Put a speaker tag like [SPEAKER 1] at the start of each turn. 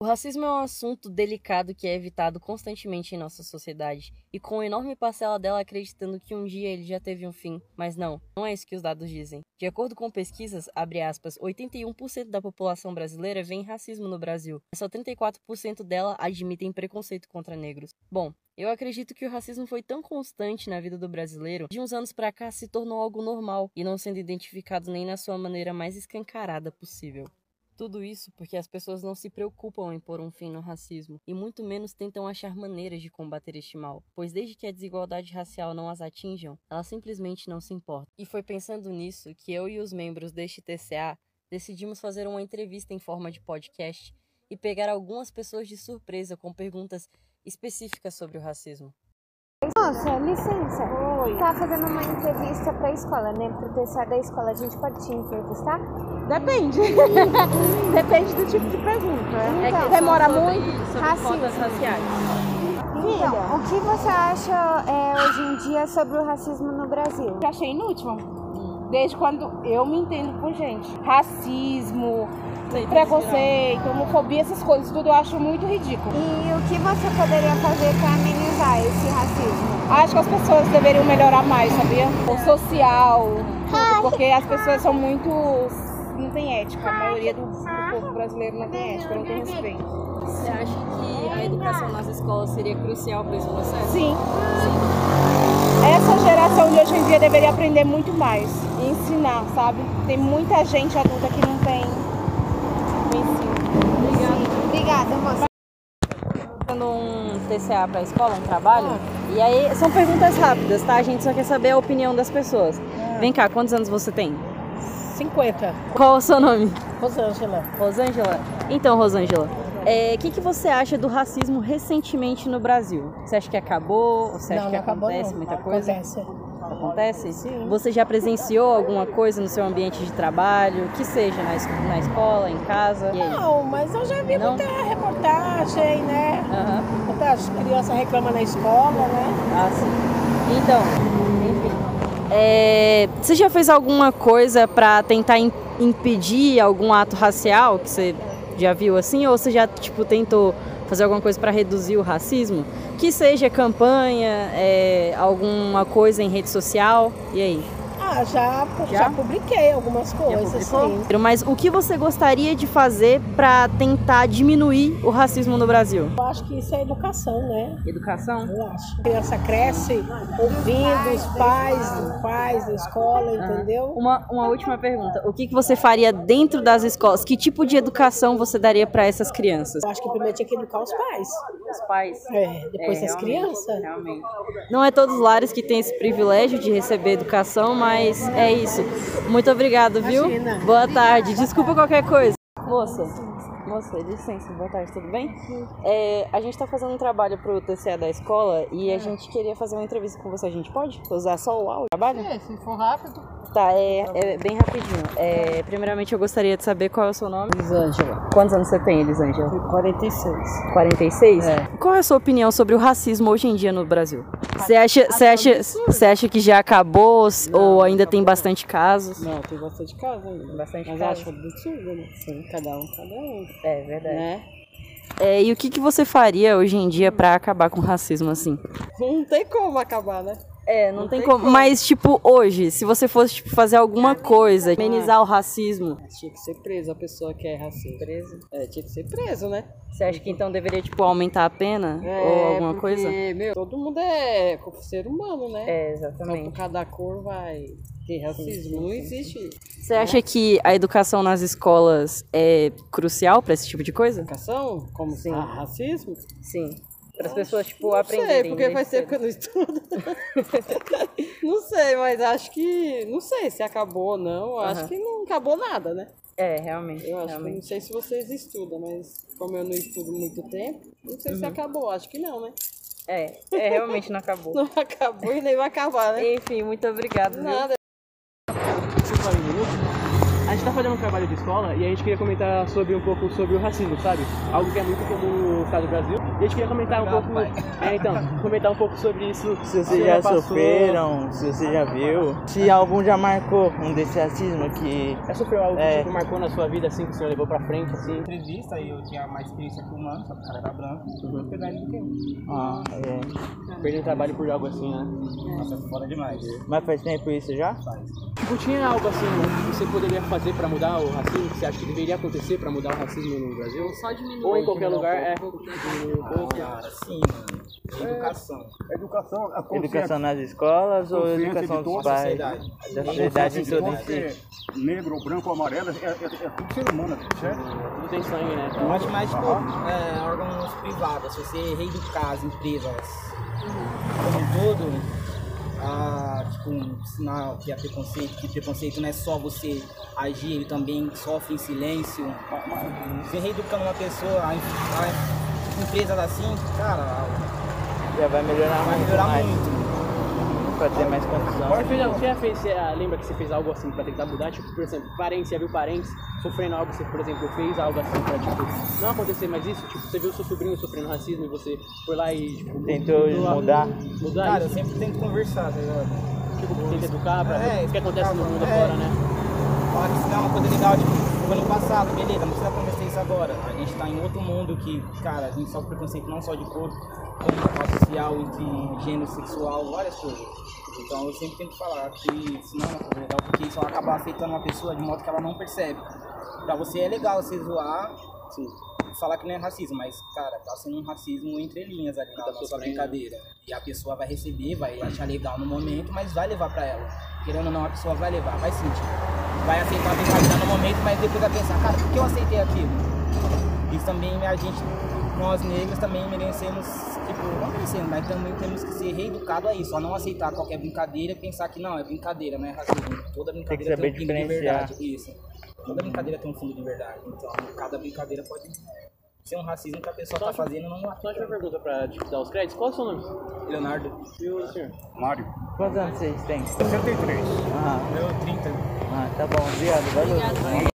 [SPEAKER 1] O racismo é um assunto delicado que é evitado constantemente em nossa sociedade, e com uma enorme parcela dela acreditando que um dia ele já teve um fim. Mas não, não é isso que os dados dizem. De acordo com pesquisas, abre aspas, 81% da população brasileira vê racismo no Brasil, mas só 34% dela admitem preconceito contra negros. Bom, eu acredito que o racismo foi tão constante na vida do brasileiro, de uns anos para cá se tornou algo normal e não sendo identificado nem na sua maneira mais escancarada possível. Tudo isso porque as pessoas não se preocupam em pôr um fim no racismo e muito menos tentam achar maneiras de combater este mal, pois desde que a desigualdade racial não as atinjam, elas simplesmente não se importam. E foi pensando nisso que eu e os membros deste TCA decidimos fazer uma entrevista em forma de podcast e pegar algumas pessoas de surpresa com perguntas específicas sobre o racismo.
[SPEAKER 2] Nossa, licença.
[SPEAKER 3] Oi.
[SPEAKER 2] Tá fazendo uma entrevista pra escola, né? Pro TCA da escola. A gente pode te entrevistar?
[SPEAKER 3] Depende. Depende do tipo de pergunta. né?
[SPEAKER 2] Então,
[SPEAKER 3] demora muito.
[SPEAKER 2] racismo.
[SPEAKER 1] raciais.
[SPEAKER 2] Filha, Então, o que você acha é, hoje em dia sobre o racismo no Brasil?
[SPEAKER 3] Eu achei inútil. Desde quando eu me entendo por gente. Racismo, preconceito, homofobia, essas coisas, tudo eu acho muito ridículo.
[SPEAKER 2] E o que você poderia fazer pra amenizar esse racismo?
[SPEAKER 3] Acho que as pessoas deveriam melhorar mais, sabia? O social, tudo, porque as pessoas são muito. não tem ética. A maioria do, do povo brasileiro não tem ética, não tem respeito.
[SPEAKER 1] Você acha que a educação nas escolas seria crucial para esse processo?
[SPEAKER 3] Sim. Essa geração de hoje em dia deveria aprender muito mais e ensinar, sabe? Tem muita gente adulta que não tem o ensino.
[SPEAKER 2] Obrigada, moça.
[SPEAKER 1] Dando um TCA para a escola, um trabalho. E aí, são perguntas rápidas, tá? A gente só quer saber a opinião das pessoas.
[SPEAKER 4] É.
[SPEAKER 1] Vem cá, quantos anos você tem?
[SPEAKER 4] 50,
[SPEAKER 1] Qual é o seu nome?
[SPEAKER 4] Rosângela.
[SPEAKER 1] Rosângela? Então, Rosângela, é, o que, que você acha do racismo recentemente no Brasil? Você acha que acabou? Você acha
[SPEAKER 4] não,
[SPEAKER 1] que
[SPEAKER 4] não acabou
[SPEAKER 1] acontece
[SPEAKER 4] não.
[SPEAKER 1] muita coisa?
[SPEAKER 4] Acontece.
[SPEAKER 1] Acontece?
[SPEAKER 4] Sim.
[SPEAKER 1] Você já presenciou alguma coisa no seu ambiente de trabalho, que seja na, es- na escola, em casa? E aí?
[SPEAKER 4] Não, mas eu já vi
[SPEAKER 1] Não?
[SPEAKER 4] muita reportagem, né?
[SPEAKER 1] Aham.
[SPEAKER 4] Muitas crianças reclamam na escola, né?
[SPEAKER 1] Ah, sim. Então, enfim. É, você já fez alguma coisa pra tentar im- impedir algum ato racial que você já viu assim? Ou você já tipo tentou fazer alguma coisa pra reduzir o racismo? Que seja campanha, é, alguma coisa em rede social? E aí?
[SPEAKER 4] Ah, já,
[SPEAKER 1] Já?
[SPEAKER 4] já? publiquei algumas coisas, sim.
[SPEAKER 1] Mas o que você gostaria de fazer pra tentar diminuir o racismo no Brasil?
[SPEAKER 4] Eu acho que isso é educação, né?
[SPEAKER 1] Educação.
[SPEAKER 4] Eu acho. A criança cresce ouvindo os pais, os pais da escola, entendeu?
[SPEAKER 1] Uma, uma última pergunta. O que, que você faria dentro das escolas? Que tipo de educação você daria para essas crianças?
[SPEAKER 4] Eu acho que primeiro tinha que educar os pais.
[SPEAKER 1] Os pais.
[SPEAKER 4] É, depois as crianças.
[SPEAKER 1] Não é todos os lares que têm esse privilégio de receber educação, mas é isso. Muito obrigado, viu?
[SPEAKER 4] Imagina.
[SPEAKER 1] Boa tarde. Desculpa qualquer coisa. Moça, moça, licença, boa tarde, tudo bem? É, a gente tá fazendo um trabalho pro TCA da escola e a gente queria fazer uma entrevista com você. A gente pode usar só o áudio? Trabalho?
[SPEAKER 4] se for rápido.
[SPEAKER 1] Tá, é, é bem rapidinho. É, primeiramente, eu gostaria de saber qual é o seu nome.
[SPEAKER 4] Elisângela,
[SPEAKER 1] Quantos anos você tem, Elisângela?
[SPEAKER 4] 46.
[SPEAKER 1] 46?
[SPEAKER 4] É.
[SPEAKER 1] Qual é a sua opinião sobre o racismo hoje em dia no Brasil? Você acha, você
[SPEAKER 4] Ah,
[SPEAKER 1] acha, você acha que já acabou s-
[SPEAKER 4] Não,
[SPEAKER 1] ou ainda tem
[SPEAKER 4] acabou.
[SPEAKER 1] bastante casos?
[SPEAKER 4] Não, tem bastante casa ainda.
[SPEAKER 1] Bastante
[SPEAKER 4] Mas
[SPEAKER 1] casos.
[SPEAKER 4] acho absurdo, né? Sim, cada um, cada um.
[SPEAKER 1] É verdade.
[SPEAKER 4] Né?
[SPEAKER 1] É, e o que, que você faria hoje em dia pra acabar com o racismo assim?
[SPEAKER 4] Não tem como acabar, né?
[SPEAKER 1] É, não, tem, como. Mas, tipo, hoje, se você fosse tipo, fazer alguma
[SPEAKER 4] é
[SPEAKER 1] coisa, amenizar
[SPEAKER 4] assim.
[SPEAKER 1] o racismo,
[SPEAKER 4] Tinha que ser preso a pessoa que é racista. Preso? É, tinha que ser preso, né?
[SPEAKER 1] você acha que então deveria, tipo, aumentar a pena?
[SPEAKER 4] É,
[SPEAKER 1] ou alguma
[SPEAKER 4] porque,
[SPEAKER 1] coisa?
[SPEAKER 4] Meu, todo mundo é co- ser humano, né?
[SPEAKER 1] É,
[SPEAKER 4] Então, por cada cor vai ter racismo. Não existe
[SPEAKER 1] Você acha que a educação nas escolas é crucial pra esse tipo de coisa?
[SPEAKER 4] educação como
[SPEAKER 1] Sim.
[SPEAKER 4] há racismo.
[SPEAKER 1] Sim. Para as pessoas, tipo,
[SPEAKER 4] não sei, porque faz tempo que eu não estudo. não sei, mas acho que. Não sei se acabou ou não.
[SPEAKER 1] Aham.
[SPEAKER 4] Acho que não acabou nada, né?
[SPEAKER 1] É, realmente.
[SPEAKER 4] Eu acho que não sei se vocês estudam, mas como eu não estudo muito tempo, não sei
[SPEAKER 5] Uhum.
[SPEAKER 4] se acabou, acho que não, né?
[SPEAKER 1] É, é, realmente não acabou.
[SPEAKER 4] Não acabou e nem vai acabar, né?
[SPEAKER 1] Enfim, muito obrigado. viu?
[SPEAKER 4] Nada.
[SPEAKER 6] A gente tá fazendo um trabalho trabalho de escola e a gente queria comentar sobre um pouco sobre o racismo, sabe? Algo que é muito comum no caso do Brasil. E a gente queria comentar um pouco. É, então, comentar um pouco sobre isso.
[SPEAKER 7] Se
[SPEAKER 6] Você
[SPEAKER 7] vocês já
[SPEAKER 6] passou-
[SPEAKER 7] sofreram, se você já viu, se algum já marcou um desse racismo que
[SPEAKER 6] Já sofreu algo que
[SPEAKER 7] É.
[SPEAKER 6] tipo, marcou na sua vida, assim, que o senhor levou pra frente, assim?
[SPEAKER 5] entrevista e eu tinha mais experiência que o Mano, só que o cara era branco, eu fui velho do que eu.
[SPEAKER 7] Uhum. ah, é.
[SPEAKER 6] Perdendo trabalho por algo assim, né?
[SPEAKER 5] Nossa, é foda demais.
[SPEAKER 7] Mas faz tempo isso já?
[SPEAKER 6] Tipo, tinha algo assim que você poderia fazer pra mudar o racismo? Que você acha que deveria acontecer pra mudar o racismo no Brasil?
[SPEAKER 1] Só diminuir.
[SPEAKER 6] Ou em qualquer lugar, é.
[SPEAKER 5] Cara, sim, mano. Educação.
[SPEAKER 8] Educação, a consciência-
[SPEAKER 7] Educação nas escolas ou
[SPEAKER 8] consciência
[SPEAKER 7] educação
[SPEAKER 8] de
[SPEAKER 7] dos
[SPEAKER 8] toda
[SPEAKER 7] pais?
[SPEAKER 8] a sociedade.
[SPEAKER 7] Da sociedade
[SPEAKER 8] a consciência
[SPEAKER 7] em
[SPEAKER 8] de
[SPEAKER 7] todo
[SPEAKER 8] toda
[SPEAKER 7] em si.
[SPEAKER 8] ser negro, branco, amarelo, é, é, é tudo ser humano, certo?
[SPEAKER 6] Tudo tem sangue, né?
[SPEAKER 5] Eu acho mais, tipo, é, órgãos privados, se você reeducar as empresas
[SPEAKER 4] Uhum.
[SPEAKER 5] como um todo, a, tipo, ensinar o que é preconceito, que preconceito não é só você agir, ele também sofre em silêncio. Você reeducando uma pessoa, a, a empresas assim, cara,
[SPEAKER 7] Já vai melhorar
[SPEAKER 5] vai
[SPEAKER 7] muito
[SPEAKER 5] melhorar
[SPEAKER 7] mais,
[SPEAKER 5] muito.
[SPEAKER 7] pra ter mais condição.
[SPEAKER 6] Você já, você já fez, você, ah, lembra que você fez algo assim pra tentar mudar? Tipo, por exemplo, parentes, você já viu parentes sofrendo algo, você, por exemplo, fez algo assim pra, tipo, não acontecer mais isso? Tipo, você viu seu sobrinho sofrendo racismo e você foi lá e, tipo,
[SPEAKER 7] Tentou
[SPEAKER 6] mudou a-
[SPEAKER 7] mudar.
[SPEAKER 6] Mudar
[SPEAKER 5] Cara, eu
[SPEAKER 6] isso?
[SPEAKER 5] sempre tento conversar, tá ligado?
[SPEAKER 6] Tipo, tenta educar pra
[SPEAKER 5] É,
[SPEAKER 6] ver o que acontece no mundo
[SPEAKER 5] é.
[SPEAKER 6] agora, né?
[SPEAKER 5] Falar que isso não é uma coisa legal, tipo, foi no passado, beleza, não precisa acontecer isso agora. A gente tá em outro mundo que, cara, a gente sofre preconceito não só de cor, como de classe social, entre gênero sexual, várias coisas. Então eu sempre tento falar que isso não é uma coisa legal, porque isso acaba afetando uma pessoa de modo que ela não percebe. Pra você é legal você zoar,
[SPEAKER 6] Sim.
[SPEAKER 5] falar que não é racismo, mas, cara, tá sendo um racismo entre linhas ali na
[SPEAKER 6] Tá
[SPEAKER 5] nossa
[SPEAKER 6] sofrendo.
[SPEAKER 5] brincadeira. E a pessoa vai receber, vai achar legal no momento, mas vai levar pra ela. Querendo ou não, a pessoa vai levar, vai sentir. Vai aceitar a brincadeira no momento, mas depois vai pensar, cara, por que eu aceitei aquilo? Isso também a gente, nós negros também merecemos, tipo, não merecemos, mas também temos que ser reeducados a isso, a não aceitar qualquer brincadeira e pensar que não, é brincadeira, não é racismo. Toda brincadeira
[SPEAKER 7] saber
[SPEAKER 5] tem, um fundo de
[SPEAKER 7] diferenciar.
[SPEAKER 5] verdade. Isso. Toda brincadeira tem um fundo de verdade. Então, cada brincadeira pode ser um racismo que a pessoa tá fazendo não
[SPEAKER 6] Só uma última pergunta pra tipo, dar os créditos. Qual é o seu nome?
[SPEAKER 5] Leonardo.
[SPEAKER 6] E o senhor?
[SPEAKER 8] Mário,
[SPEAKER 7] Quantos anos vocês têm?
[SPEAKER 8] 63.
[SPEAKER 7] Ah,
[SPEAKER 5] Eu, 30.
[SPEAKER 7] ah, tá bom, obrigado, valeu.